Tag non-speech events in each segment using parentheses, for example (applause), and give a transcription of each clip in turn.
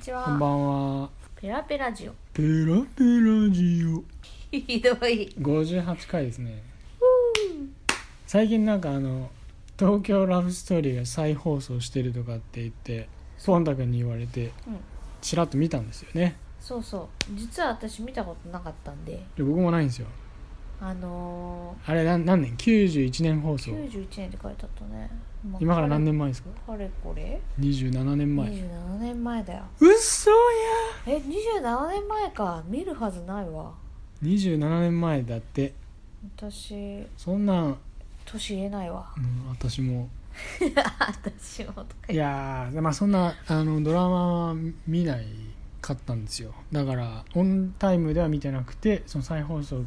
ちはこんばんは。ペラペラジオペラペラジオ。ひどい五十八回ですね。最近なんかあの東京ラブストーリーが再放送してるとかって言ってポンタ君に言われてうんちらっと見たんですよね。そうそう実は私見たことなかったんでで僕もないんですよ。あのあれなん何年？九十一年放ー、送。 91年って書いてあったね、まあ今から何年前ですか？かれこれ二十七年前。 27年前だようっそや。え27年前か見るはずないわ二十七年前だって。私そんなん、年入れないわうん、私も。私もとかいやーまあそんなあのドラマは見ないかったんですよだからオンタイムでは見てなくてその再放送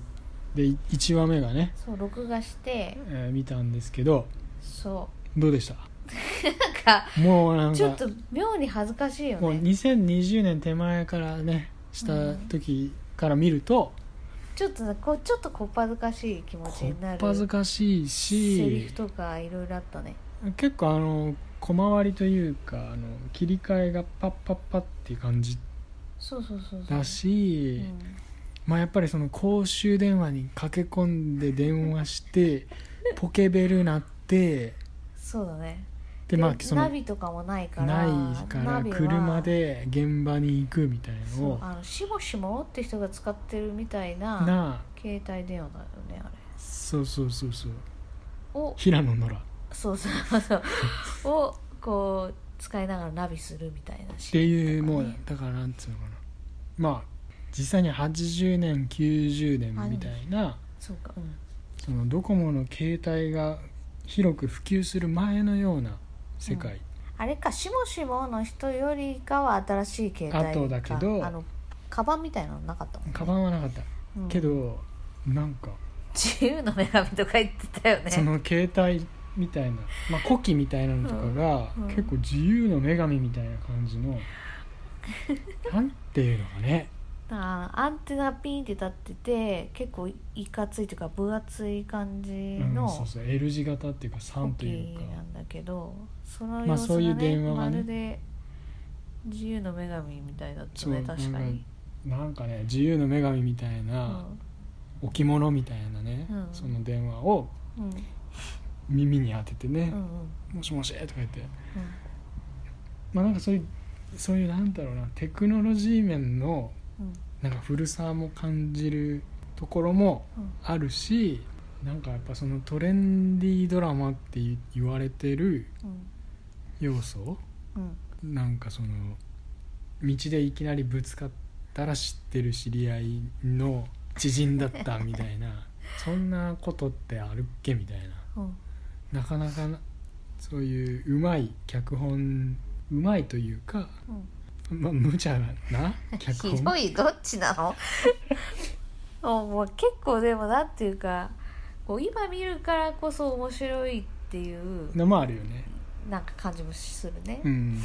で1話目がね、そう録画してえー見たんですけどそどうでしたうなんかもうなん (laughs) かちょっと妙に恥ずかしいよもうね2020年手前からねした時から見ると、ちょっとねこうちょっとこっぱずかしい気持ちこになっるぱずかしいセリしフとかいろいろあったね結構あの小回りというかあの切り替えがパッパッパッっていう感じそうそうそうそうだし、うんまあ、やっぱりその公衆電話に駆け込んで電話して (laughs) ポケベル鳴ってそうだねでまあそナのビとかもないからないからナビは車で現場に行くみたいなのそうをあのしもしもって人が使ってるみたいなな携帯電話だよねあれそうそうそうそうを平野ノラっそうそうそうをこう使いながらナビするみたいなしていうともかうねだからなんつうのかなまあ実際に80年90年みたいなそうかうんそのドコモの携帯が広く普及する前のような世界、あれかしもしもの人よりかは新しい携帯か後だけどあのカバンみたいなのなかったもんねカバンはなかった、うんけどなんか自由の女神とか言ってたよそねの携帯みたいな、まあ、古希みたいなのとかが、うんうん結構自由の女神みたいな感 (laughs) じのなんていうのかねあーアンテナピンって立ってて結構いかついというか分厚い感じうん、のそうそう L 字型っていうか3というか時なんだけどそのまあ様子がそういうね電話がまねるで自由の女神みたいだったそうね確かに。なんかなんかね自由の女神みたいうな、ん置物みたいなね、うんその電話をうんうん耳に当ててねうん「もしもし」とか言ってうんまあなんかそういうそういうなんだろうなテクノロジー面のうんなんか古さも感じるところもうんあるしなんかやっぱそのトレンディードラマってい言われてるうん要素うんなんかその道でいきなりぶつかったら知ってる知り合いの知人だったみたいなそんなことってあるっけみたいうんななかなかなそういううまい脚本うまいというか、うんまあ、無茶 (laughs) な脚ひど本いどっちなの (laughs) もうもう結構でもなんていうかこう今見るからこそ面白いっていうのもあるよね。なんか感じもするね、うん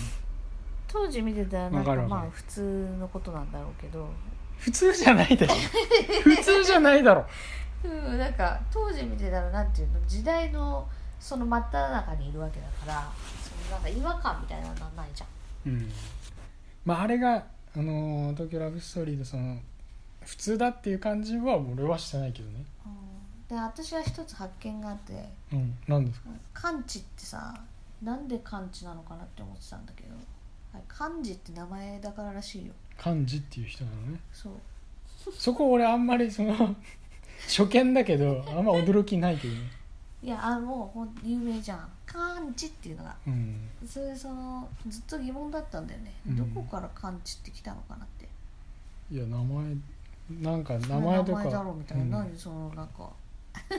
当時見てたらなんかわかるわかまるあ普通のことなんだろうけど普通じゃな (laughs) いだろ普通じゃないだろうんなんか当時見てたらなんていうの時代のその真っ只中にいるわけだからそのなんか違和感みたいなのはないじゃんうんまああれが、あのー東京ラブストーリー」でその普通だっていう感じは俺はしてないけどねで私は一つ発見があってうん何ですか漢字ってさなんで漢字なのかなって思ってたんだけどあれ漢字って名前だかららしいよ漢字っていう人なのねそうそこ俺あんまりその (laughs) 初見だけどあんま驚きないけどねいやあもうほん有名じゃん漢字っていうのがうんそれでそのずっと疑問だったんだよね、うんどこから漢字ってきたのかなっていや名前なんか名前とか名前だろうみたいな、うん何そのなんか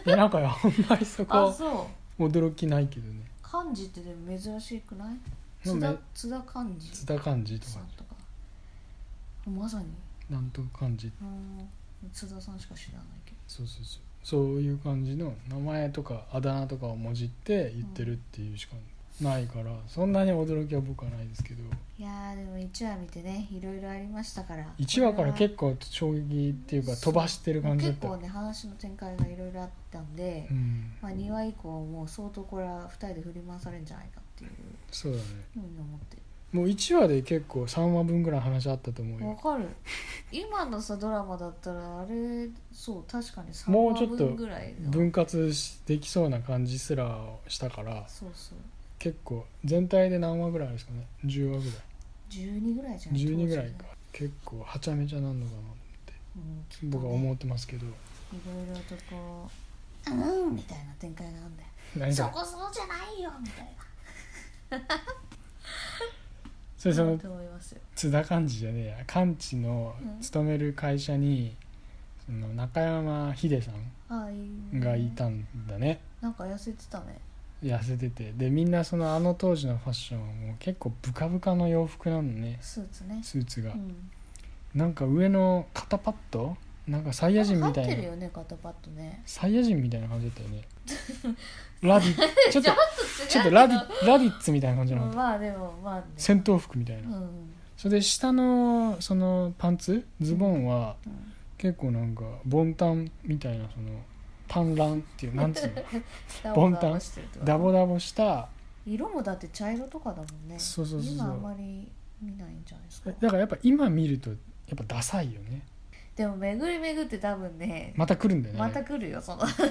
いやなんかあんまりそあこそう驚きないけどね漢字ってでも珍しくないまあ津田め津田漢字津田漢字とさかんとかまさになんとか漢字うん津田さんしか知らないけどそうそうそうそういう感じの名前とかあだ名とかをもじって言ってるっていうしかないからそんなに驚きは僕はないですけどいやーでも1話見てねいろいろありましたから1話から構結構衝撃っていうか飛ばしてる感じだっ結た構ね話の展開がいろいろあったんで、うんまあ、2話以降もう相当これは2人で振り回されるんじゃないかっていうそうだねふうに思ってるもう1話で結構3話分ぐらい話あったと思うわよかる今のさドラマだったらあれそう確かに3もうちょっ話と分ぐらいの分割しできそうな感じすらしたからそうそう結構全体で何話ぐらいあるんですかね10話ぐら12ぐらいじゃいない12ぐらい当か時ね結構はちゃめちゃなんのかなうんきっとね僕は思ってますけどいろいろとこううんみたいな展開があるんだよ何そかこそうじゃないよみたいなそれそのと思いますよ津田寛治じゃねえや寛治のうん勤める会社にその中山秀さんあいいねがいたんだねなんか痩せてたね痩せててでみんなそのあの当時のファッションはもう結構ブカブカの洋服なのねスーツねスーツが、うんなんか上の肩パッドなんかサイヤ人みた入っいてるなよね肩パッドねサイヤ人みたいな感じだったよねラデ (laughs) ィちょっとちょっと違うけどラディラディッツみたいな感じなの、まあでもまあね戦闘服みたいうんな、うんそれで下のそのパンツズボンは結構なんかボンタンみたいなそのタンランっていうな (laughs) んつうのダボボンダタンボしてるってことダボダボした色もだって茶色とかだもんねそうそうそうそう今あんまり見ないんじゃないですかだからやっぱ今見るとやっぱダサいよねでも巡り巡って多分ねまた来るんだよねまた来るよその (laughs) そ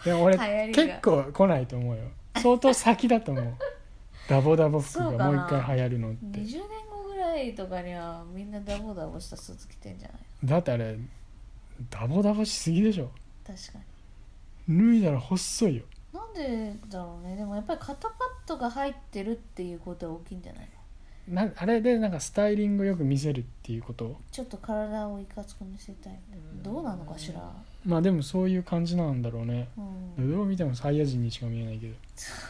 うでも俺流行りが結構来ないと思うよ相当先だと思うダボダボ服そうがかなもう一回流行るのって20年後ぐらいとかにはみんなダボダボしたスーツ着てんじゃないだってあれダボダボしすぎでしょ確かに脱いだら細いよなんでだろうねでもやっぱり肩パッドが入ってるっていうことは大きいんじゃないのなあれでなんかスタイリングよく見せるっていうことちょっと体をいかつく見せたいどうなのかしらまあでもそういう感じなんだろうねうんどう見てもサイヤ人にしか見えないけど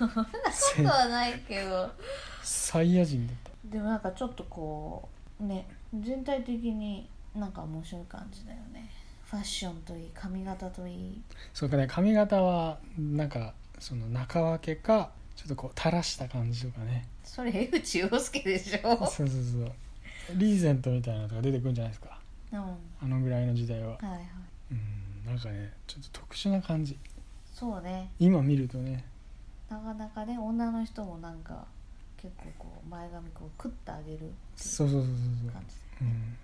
(laughs) そんなことはないけどサイヤ人だったでもなんかちょっとこうね全体的になんか面白い感じだよねファッションといい髪型といいそうかね髪型はなんかその中分けかちょっとこう垂らした感じとかねそれ江口洋介でしょそうそうそうリーゼントみたいなのとか出てくるんじゃないですかうんはあのぐらいの時代ははいいうんなんかねちょっと特殊な感じそうね今見るとねなかなかね女の人もなんか結構こう前髪こうくってあげるっていそうそうそうそううそう感じうん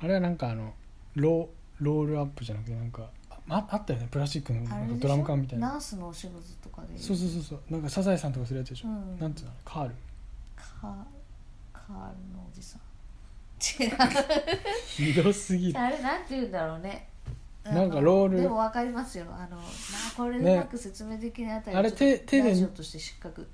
あれはなんかあのローロールアップじゃなくてなんかあああったよねプラスチックのあなんれかでしょドラム缶みたいなナースのお仕事とかでそうそうそうそうなんかサザエさんとかするやつでしょ、うんなんていうのカールカカールのおじさん (laughs) 違うひどすぎるあれなんて言うんだろうねなんかあのロールでもわかりますよあのなこれでねうまく説明できないあたりあれちょっと手手でラジオとして失格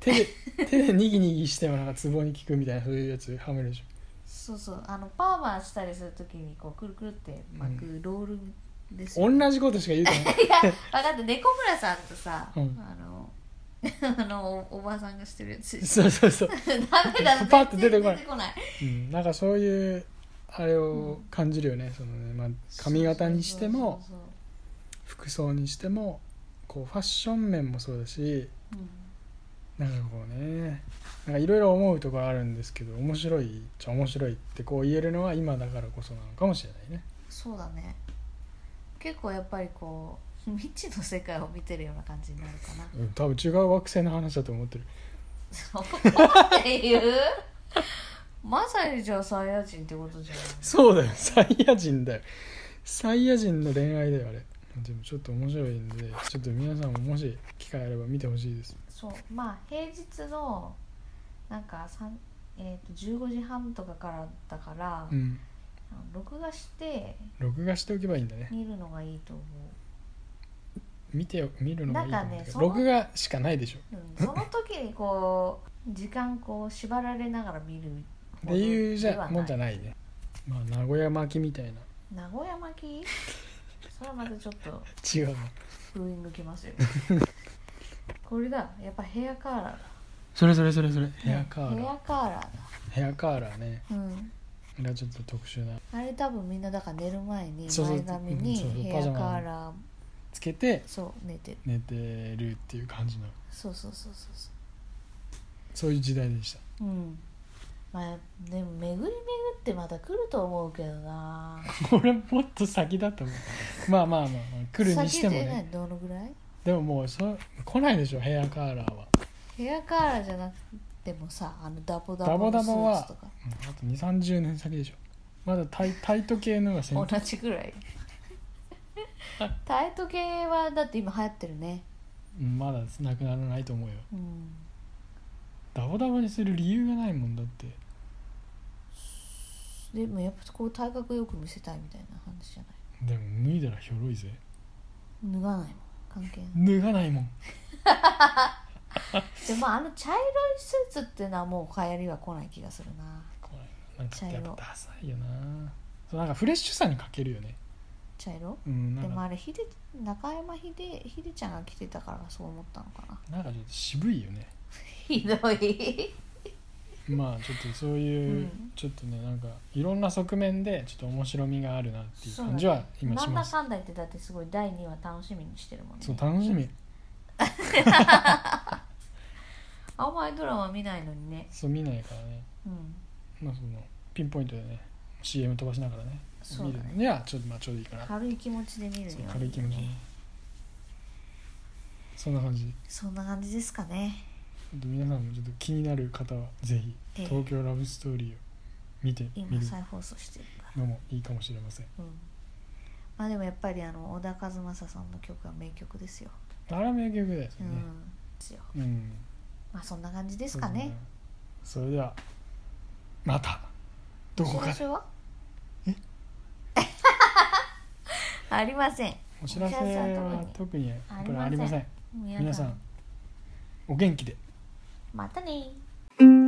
手で手でにぎにぎしてもなんかツボに効くみたいなそういうやつはめるでしそうそうあのパーマしたりするときにこうくるくるって巻くロールですょよ、い同じことしか言う (laughs) てないや分かった猫村さんとさ、うんあの (laughs) あのおおばさんがしてるや (laughs) つそうそうそう、ダメだパッと出てこな全然出いてこないうん、なんかそういうあれを感じるよねそのね、まあ、髪型にしてもそうそうそう服装にしてもこうファッション面もそうだしそううんなんかこうねなんかいろいろ思うところあるんですけど面白いっちゃ面白いってこう言えるのは今だからこそなのかもしれないねそうだね結構やっぱりこう未知の世界を見てるような感じになるか (laughs) なうん多分違う惑星の話だと思ってるそうっていうまさにじゃあサイヤ人ってことじゃないそうだよサイヤ人だよサイヤ人の恋愛だよあれでもちょっと面白いんでちょっと皆さんももし機会あれば見てほしいですそうまあ平日のなんか、さんえー、と15時半とかからだから、うんあの録画して録画しておけばいいんだね見るのがいいと思見てよ見るのがいいと思うなんかけねどその録画しかないでしょう、うん、その時にこう時間こう縛られながら見るほどっていうじでゃはもんじゃないねまあ名古屋巻きみたいな名古屋巻き (laughs) それはまたちょっと違うなブーイングきますよ (laughs) これだやっぱヘアカーラーだそれそれそれそれヘアカーヘラアーカーラーだヘアカーラーねうんこれはちょっと特殊なあれ多分みんなだから寝る前にそうそう前髪うんそうそうにヘアカパジャマーラーつけてそう寝てる寝てるっていう感じのそうそうそうそうそそういう時代でしたううんまあでも巡り巡ってまた来ると思うけどな (laughs) これもっと先だと思うまあまあまあ、まあ、 (laughs) 来るにしても先ってね何どのぐらいでももうそ来ないでしょヘアカーラーはヘアカーラーじゃなくでもさあのダボダダボのボダスボーはツとかうんあと2 3 0年先でしょまだタイタイト系のが先同じぐらいタイト系はだって今流行ってるねうんまだなくならないと思うようんダボダボにする理由がないもんだってでもやっぱこう体格よく見せたいみたいな話じゃないでも脱いだらひょろいぜ脱がないもん関係ない脱がないもんでもあの茶色いスーツっていうのはもう流行りは来ない気がするなこれなんか茶やっ色ぱダサいよなそうなんかフレッシュさに欠けるよね茶色うんなでんもかあれひで中山ひでひでちゃんが着てたからそう思ったのかななんかちょっと渋いよねひど (laughs) いまあちょっとそういう、うんちょっとねなんかいろんな側面でちょっと面白みがあるなっていう感じは今なしんまだすかんだ言ってだってすごい第2話楽しみにしてるもんねそう,、楽しみあんまりドラマ見ないのにねそう見ないからね、うんまあ、そのピンポイントでね CM 飛ばしながらねそうだね見るにはちょっとまあちょうどいいかな軽い気持ちで見るにそうは軽い気持ちでそんな感じそんな感じですかねあと皆さんもちょっと気になる方はぜひええ東京ラブストーリーを見てみ今る再放送してるからのもいいかもしれませんうんまあでもやっぱりあの小田和正さんの曲は名曲ですよ、あれは名曲ですうよんねですようん、まあそんな感じでですかねそれではまたどこかおで知らせは (laughs) ありませんお知らせは特にやっぱりありませんもうやだ皆さんお元気でまたねー